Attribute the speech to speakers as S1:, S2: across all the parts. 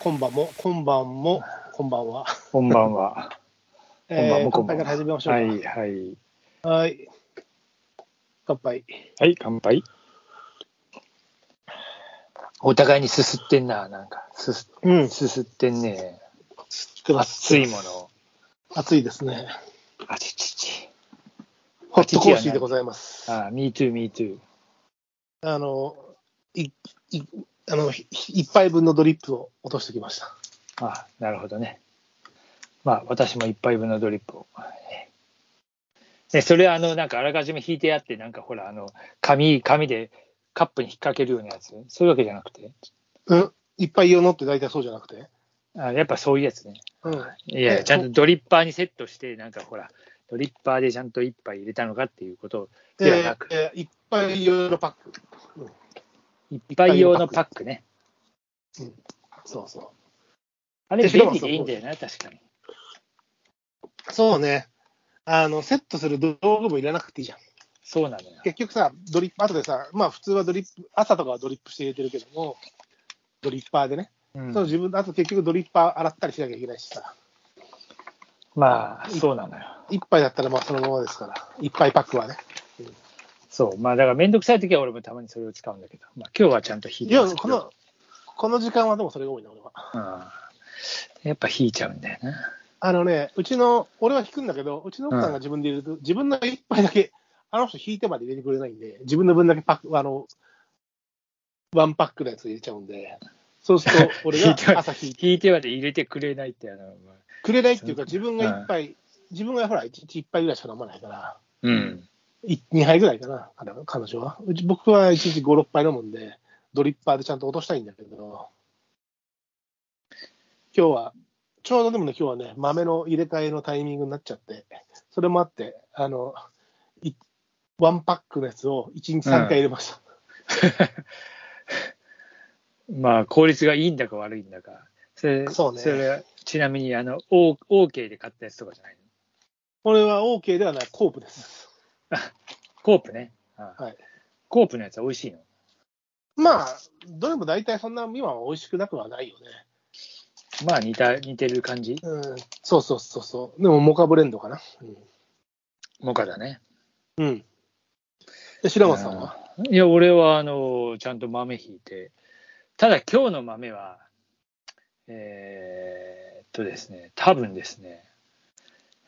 S1: 今晩も、今晩も、こんばん は。
S2: こんばんは。こんばん
S1: えー
S2: もこ
S1: 乾杯
S2: んばん
S1: から始めましょう
S2: は。い、はい。
S1: か。はい。乾杯。
S2: はい、乾杯。お互いにすすってんな、なんか。すす,、
S1: うん
S2: すすってんね。
S1: くだ
S2: 熱いものを。
S1: 暑いですね。
S2: あちちち。
S1: ホットコーヒーでございます。
S2: あー、me too, me too。
S1: あの、い、い、あの、ひ一杯分のドリップを落としてきました。
S2: あなるほどね。まあ、私も一杯分のドリップを。ね、それはあの、なんかあらかじめ引いてあって、なんかほら、あの、紙、紙でカップに引っ掛けるようなやつ。そういうわけじゃなくて。
S1: うん。一杯用のって大体そうじゃなくて。
S2: あやっぱそういうやつね。
S1: うん。
S2: いやい
S1: え
S2: や、ちゃんとドリッパーにセットして、なんかほら、ドリッパーでちゃんと一杯入れたのかっていうことではなく、
S1: えーえー一杯用のパック。
S2: 一杯用のパックね。
S1: そうそ
S2: あれ、
S1: でしか
S2: 便
S1: も
S2: 利でいいんだよな、確かに。
S1: う。そうね。あの、セットする道具もいらなくていいじゃん。
S2: そうなのよ。
S1: 結局さ、ドリップ、後でさ、まあ普通はドリップ、朝とかはドリップして入れてるけども、ドリッパーでね。
S2: うん
S1: その自分、あと結局ドリッパー洗ったりしなきゃいけないしさ。
S2: まあ、そうなのよ。
S1: 一杯だったらまあそのままですから。一杯パックはね。
S2: そう、まあ、だからめんどくさい時は俺もたまにそれを使うんだけど、まあ、今日はちゃんと引い
S1: い
S2: て
S1: や、
S2: ますけ
S1: こ
S2: ど
S1: の、この時間はでもそれが多いな、俺は。
S2: うん、やっぱ引いちゃうんだよな。
S1: あのね、うちの、俺は引くんだけど、うちの奥さんが自分で入れると、自分の一杯だけ、あの人引いてまで入れてくれないんで、自分の分だけパック、あの、ワンパックのやつ入れちゃうんで、そうすると、俺
S2: 引い
S1: が
S2: ては
S1: 朝引いて、
S2: 引いてまで入れてくれないってあの、まあ
S1: くれないっていうか、自分が一杯、自分がほら、一日一杯ぐらいしか飲まないから、
S2: うん。
S1: い二杯ぐらいかな、彼女彼女は。うち僕は一日5、6杯飲むんで、ドリッパーでちゃんと落としたいんだけど、今日は、ちょうどでもね、今日はね、豆の入れ替えのタイミングになっちゃって、それもあって、あの、いワンパックのやつを1日3回入れました。
S2: まあ、効率がいいんだか悪いんだか。それ、
S1: そうね
S2: れちなみに、あの、オーオーケーで買ったやつとかじゃないの
S1: これは OK ではない、コープです。
S2: コープね。
S1: はい
S2: コープのやつは美味しいの。
S1: まあ、どれも大体そんな今は美味しくなくはないよね。
S2: まあ似た、似てる感じ
S1: うん、そうそうそうそう。でも、モカブレンドかな。
S2: モカだね。
S1: うん。うん、で白松さんは、
S2: いや、俺は、あの、ちゃんと豆ひいて、ただ今日の豆は、えーっとですね、多分ですね、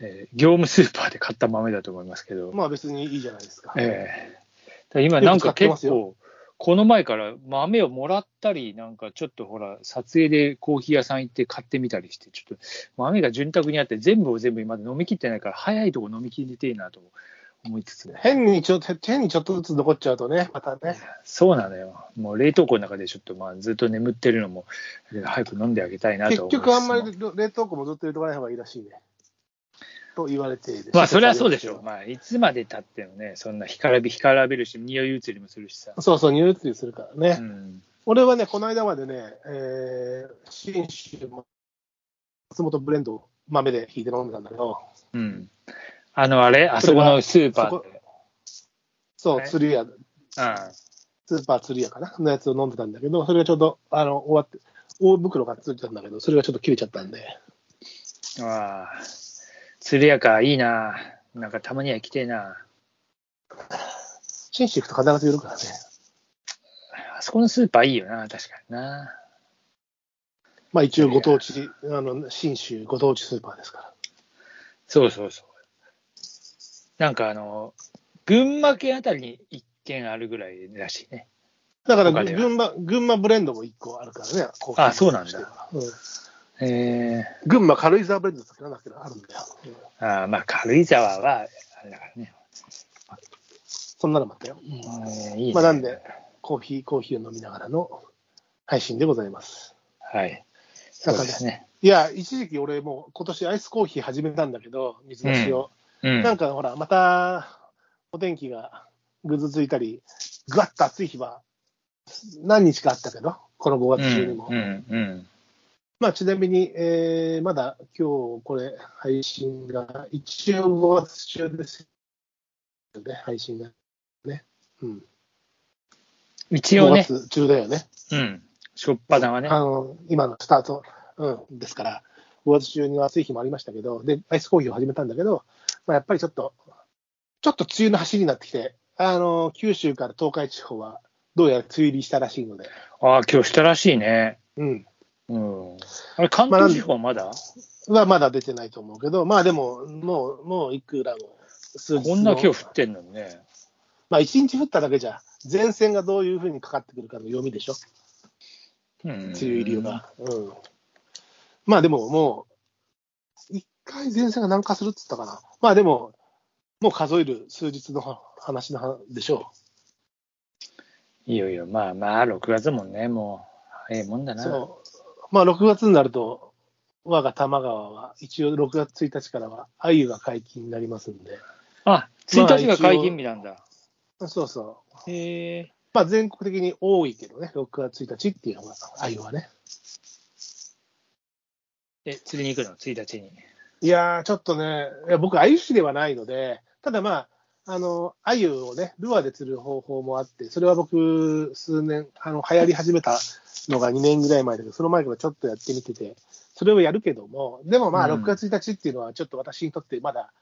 S2: えー業務スーパーで買った豆だと思いますけど、
S1: まあ別にいいじゃないですか。
S2: ええだから今なんか
S1: よく使
S2: 結
S1: ってま
S2: 構、この前から豆をもらったり、なんかちょっとほら、撮影でコーヒー屋さん行って買ってみたりして、ちょっと豆が潤沢にあって、全部を全部まだ飲み切ってないから、早いとこ飲み切りてえなと思いつつね。
S1: 変にちょ変にちょっとずつ残っちゃうとね、またね。
S2: そうなのよ。もう冷凍庫の中でちょっとまあずっと眠ってるのも、早く飲んであげたいな
S1: 結
S2: と思いつつ
S1: 局、あんまり冷凍庫もずっと入れとかない方がいいらしいね。と言われている。
S2: まあそれはそうでしょう。。まあいつまで経ってもね、そんな干からび干からべるし、匂い移りもするしさ。
S1: そうそう、入浴するからね。
S2: うん。
S1: 俺はね、この間までね、えー、信州も松本ブレンドを豆で引いて飲んでたんだけど、
S2: うん。あのあれ、あそこのスーパー
S1: そ
S2: で。
S1: そう、
S2: はい
S1: 釣り屋、
S2: うん
S1: スーパー釣り屋かなのやつを飲んでたんだけど、それがちょうど、あの、終わって、大袋がついてたんだけど、それがちょっと切れちゃったんで。
S2: ああ、釣り屋か、いいな。なんかたまには来てえな。
S1: 信州行くと必ず寄るからね。
S2: あそこのスーパーいいよな、確かにな。
S1: まあ一応ご当地、あの、信州ご当地スーパーですから。
S2: そうそうそう。なんかあの、群馬県あたりに一軒あるぐらいらしいね。
S1: だから
S2: 他に
S1: ぐ、
S2: は
S1: 群馬、群馬ブレンドも1個あるからね。コーヒー
S2: あそうなんだ
S1: うん
S2: え
S1: 群馬軽井沢ブレンドだっけなだっけど、あるんだよ。うん
S2: ー、あーまあ、軽井沢は、あれだからね。
S1: そんなのもあったよ。
S2: えーいいね
S1: まあなんで、コーヒー、コーヒーを飲みながらの配信でございます。
S2: はい。
S1: な
S2: そ
S1: ん
S2: う
S1: か
S2: で
S1: ね
S2: すね。
S1: いや、一時期俺もう今年アイスコーヒー始めたんだけど、水出しを。
S2: うん
S1: なんかほら、またお天気がぐずついたり、ぐわっと暑い日は何日かあったけど、この5
S2: うん
S1: 月中にも。
S2: うんうん
S1: まあ、ちなみに、えーまだ今日これ、配信が、一応5月中ですよね、配信が。ね。うん。
S2: 一応ね
S1: 5、月中だよね。
S2: うん、しょっぱなはね。
S1: あの、今のスタート、うん、ですから、5月中に暑い日もありましたけど、で、アイスコーヒーを始めたんだけど、まあ、やっぱりちょっと、ちょっと梅雨の走りになってきて、あの、九州から東海地方は、どうやら梅雨入りしたらしいので、
S2: ああ、今日したらしいね。
S1: うん。
S2: うん。あれ、関東地方はまだ、
S1: はまだ出てないと思うけど、まあでも、もう、もういくらも、数日
S2: こ
S1: の
S2: んな今日降ってんのにね。
S1: まあ、一日降っただけじゃ、前線がどういうふうにかかってくるかの読みでしょ、
S2: うん。梅
S1: 梅雨入りが。うん。まあでも、もう、一回前線が南下するっつったかな。まあでも、もう数える数日の話の話でしょ
S2: いよいよ、まあまあ、6月もね、もう、ええもんだ
S1: う。
S2: な。
S1: そう。まあ、6月になると、我が多摩川は、一応6月1日からは、鮎が解禁になりますんで。
S2: あ、1日が解禁日なんだ。
S1: そうそう。
S2: へえ。
S1: まあ、全国的に多いけどね、6月1日っていうのが、あゆはね。
S2: え、釣りに行くの、1日に。
S1: いやー、ちょっとね、いや僕、あゆ市ではないので、ただまあ、あの、あゆをね、ルアーで釣る方法もあって、それは僕、数年、あの、流行り始めたのが2年ぐらい前だけど、その前からちょっとやってみてて、それをやるけども、でもまあ、
S2: うん
S1: 6月1日っていうのは、ちょっと私にとってまだ、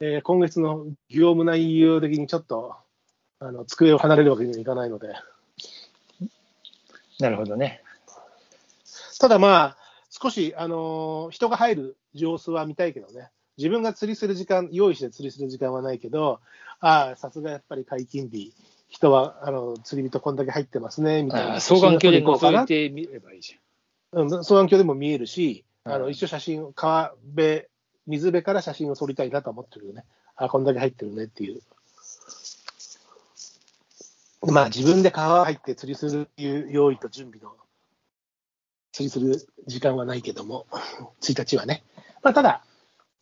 S1: えー今月の業務内容的にちょっと、あの、机を離れるわけにはいかないので、
S2: なるほどね。
S1: ただまあ、少し、あのー人が入る様子は見たいけどね、自分が釣りする時間、用意して釣りする時間はないけど、ああ、さすがやっぱり解禁日、人はあの釣り人、こんだけ入ってますねみたい
S2: あ
S1: な、
S2: あ双眼鏡で
S1: こうか
S2: 覗、
S1: ない
S2: てみればいいじ
S1: うん、双眼鏡でも見えるし、あ
S2: う
S1: の
S2: ん
S1: 一応、写真を、川辺、水辺から写真を撮りたいなとは思ってるよね、ああ、こんだけ入ってるねっていう。まあ、自分で川入って釣りするっていう用意と準備の釣りする時間はないけども、1日はね。まあ、ただ、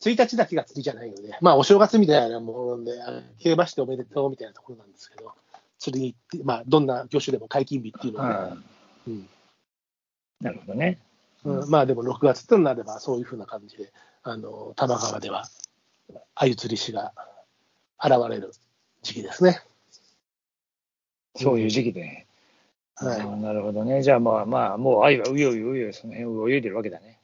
S1: 1日だけが釣りじゃないので、まあ、お正月みたいなもので、あの競馬しておめでとうみたいなところなんですけど、釣りに行って、まあ、どんな魚種でも解禁日っていうの
S2: ゃん。
S1: はね、
S2: うん。
S1: うん
S2: なるほどね。
S1: うん、まあでも6月となれば、そういうふうな感じで、あの多摩川では、あゆ釣り師が現れる時期ですね。
S2: そういう時期で。
S1: はい
S2: ああなるほどね。じゃあまあまあ、もう愛はうようようようその辺を泳いでるわけだね。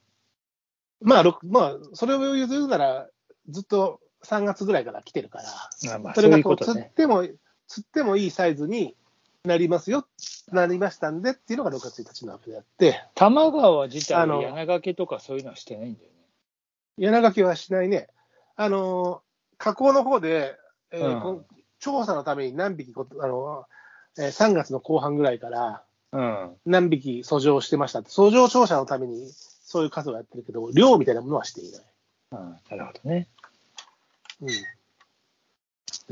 S1: まあ、ろくまあ、それを譲るなら、ずっと3月ぐらいから来てるから、
S2: ああまあ、
S1: そ
S2: そう
S1: れ
S2: い
S1: がこ
S2: うこ
S1: う
S2: と
S1: 釣
S2: ね
S1: っ。ても、釣ってもいいサイズになりますよ、なりましたんでっていうのが6月1日なわけであって、
S2: 多摩川自体
S1: あの
S2: は柳掛けとかそういうのはしてないんだよね。
S1: 柳書きはしないね。あの、河口の方で、えー
S2: うん
S1: こん調査のために何匹こ、あの、えー3月の後半ぐらいから、
S2: うん。
S1: 何匹遡上してましたって、遡上調査のためにそういう数をやってるけど、量みたいなものはしていない。
S2: うんなるほどね。
S1: うん。で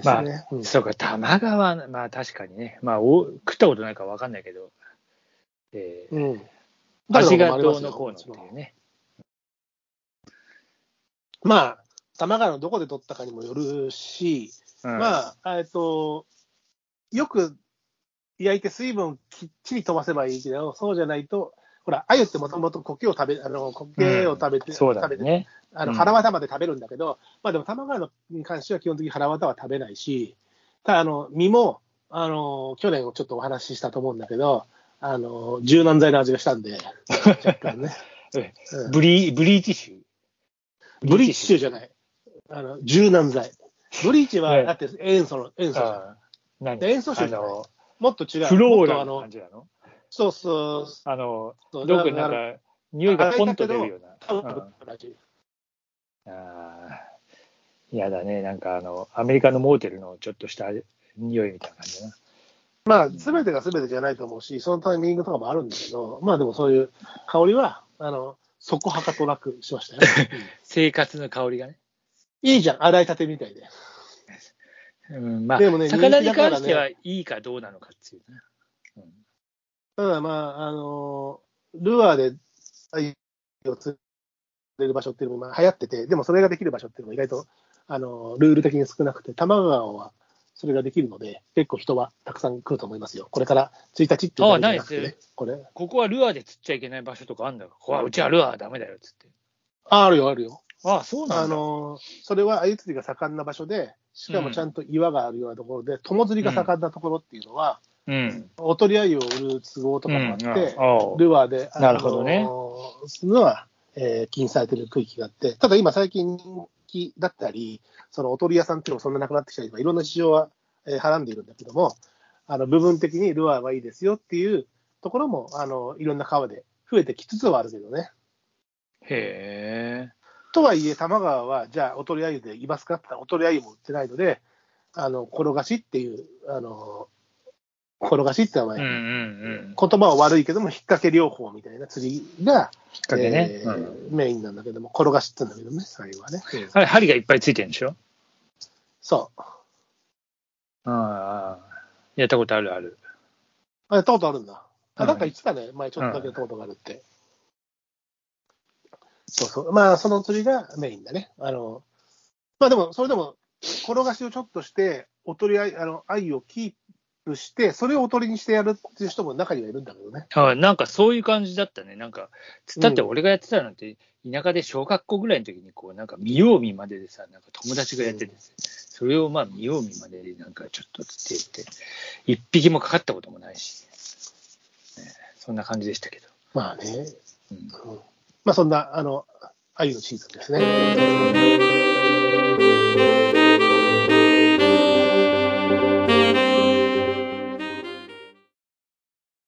S1: す
S2: まあ
S1: ね。うん
S2: そうか、多摩川、まあ確かにね。まあ、お食ったことないから分かんないけど、えー、
S1: うん。
S2: 味がどうのこうのって
S1: もちろん
S2: いうね。
S1: まあ、多摩川のどこで取ったかにもよるし、
S2: うん
S1: まあ、えっと、よく焼いて水分をきっちり飛ばせばいいけど、そうじゃないと、ほら、鮎ってもともと苔を食べ、あの、苔を食べて、
S2: そうだ
S1: 食べて
S2: ね。
S1: あの
S2: うん
S1: 腹わたまで食べるんだけど、まあでも玉川のに関しては基本的に腹わたは食べないし、ただあの身もあの去年ちょっとお話ししたと思うんだけど、あの柔軟剤の味がしたんで、若干ね、
S2: え
S1: うん
S2: ブリブリーティッシュ。
S1: ブリッシュじゃない、あの柔軟剤。ブリーチは
S2: ね
S1: だって塩素の、塩素じゃん
S2: あー何
S1: で塩素臭
S2: あ
S1: じゃない
S2: の
S1: もっと違う。
S2: フロー
S1: もっとあ
S2: ラルな
S1: の
S2: 感じなの
S1: そうそう
S2: あの、
S1: そう。
S2: どこになんか、匂いがポンと出るよ
S1: 多
S2: う
S1: 分
S2: な。うん
S1: 味
S2: あーやだね、なんかあの、アメリカのモーテルのちょっとした匂いみたいな感じだな。
S1: まあ、すべてがすべてじゃないと思うし、そのタイミングとかもあるんだけど、まあでもそういう香りは、あの、そこはかとなくしましたよ。
S2: 生活の香りがね。
S1: いいじゃん、洗いたてみたいで。
S2: うん、まあ、
S1: でもね
S2: 魚に
S1: 人気だからね
S2: 関してはいいかどうなのかっていうね。うん
S1: ただまあ、あのルアーで鮎を釣れる場所っていうのもまあ流行ってて、でもそれができる場所っていうのも意外と、あのルール的に少なくて、玉川はそれができるので、結構人はたくさん来ると思いますよ。これから1日っていうだけじゃなくて
S2: あない
S1: ね、これ。
S2: ここはルアーで釣っちゃいけない場所とかあるんだよ。ここはうちはルアーはダメだよっつって。
S1: あ、あるよ、あるよ。
S2: ああ、そうな
S1: あ
S2: んだ。
S1: のそれは鮎釣りが盛んな場所で、しかもちゃんと岩があるようなところで、友釣りが盛んなところっていうのは、
S2: うん。
S1: お取り合いを売る都合とかもあって、
S2: うん
S1: ルアーで、あの
S2: なるほどね。
S1: するのは、えー禁止されてる区域があって、ただ今、最近人気だったり、そのお取り屋さんっていうのもそんななくなってきたりとか、いろんな事情は、えーはらんでいるんだけども、あの部分的にルアーはいいですよっていうところも、あのいろんな川で増えてきつつはあるけどね。
S2: へえ。
S1: とはいえ、多摩川は、じゃあ、おとりあゆでいますかって言ったら、おとりあゆも売ってないので、あの転がしっていう、あの転がしって名前、
S2: うんうんうん。
S1: 言葉は悪いけども、引っ掛け療法みたいな釣りが、
S2: きっかけね。
S1: え
S2: う
S1: ー
S2: ん
S1: メインなんだけども、転がしって言うんだけどね、最後はね。
S2: あれ、針がいっぱいついてるんでしょ
S1: そう。
S2: ああ。やったことあるある。
S1: あ、やったことあるんだ。
S2: う
S1: あ、
S2: ん
S1: なんか言ってたね、前ちょっとだけやったことがあるって。そうそう。まあ、その釣りがメインだね。あの、まあでも、それでも、転がしをちょっとして、おとりあい、あの、愛をキープして、それをおとりにしてやるっていう人も中にはいるんだけどね。
S2: はい、なんかそういう感じだったね。なんか、つだって俺がやってたなんて、田舎で小学校ぐらいの時に、こう、なんか、見よう見まででさ、なんか友達がやっててさ、それをまあ、見よう見までで、なんかちょっとつってって、一匹もかかったこともないし、ねそんな感じでしたけど。
S1: まあね。
S2: うん
S1: うんまあ、そんな、あの、愛のシーズンですね。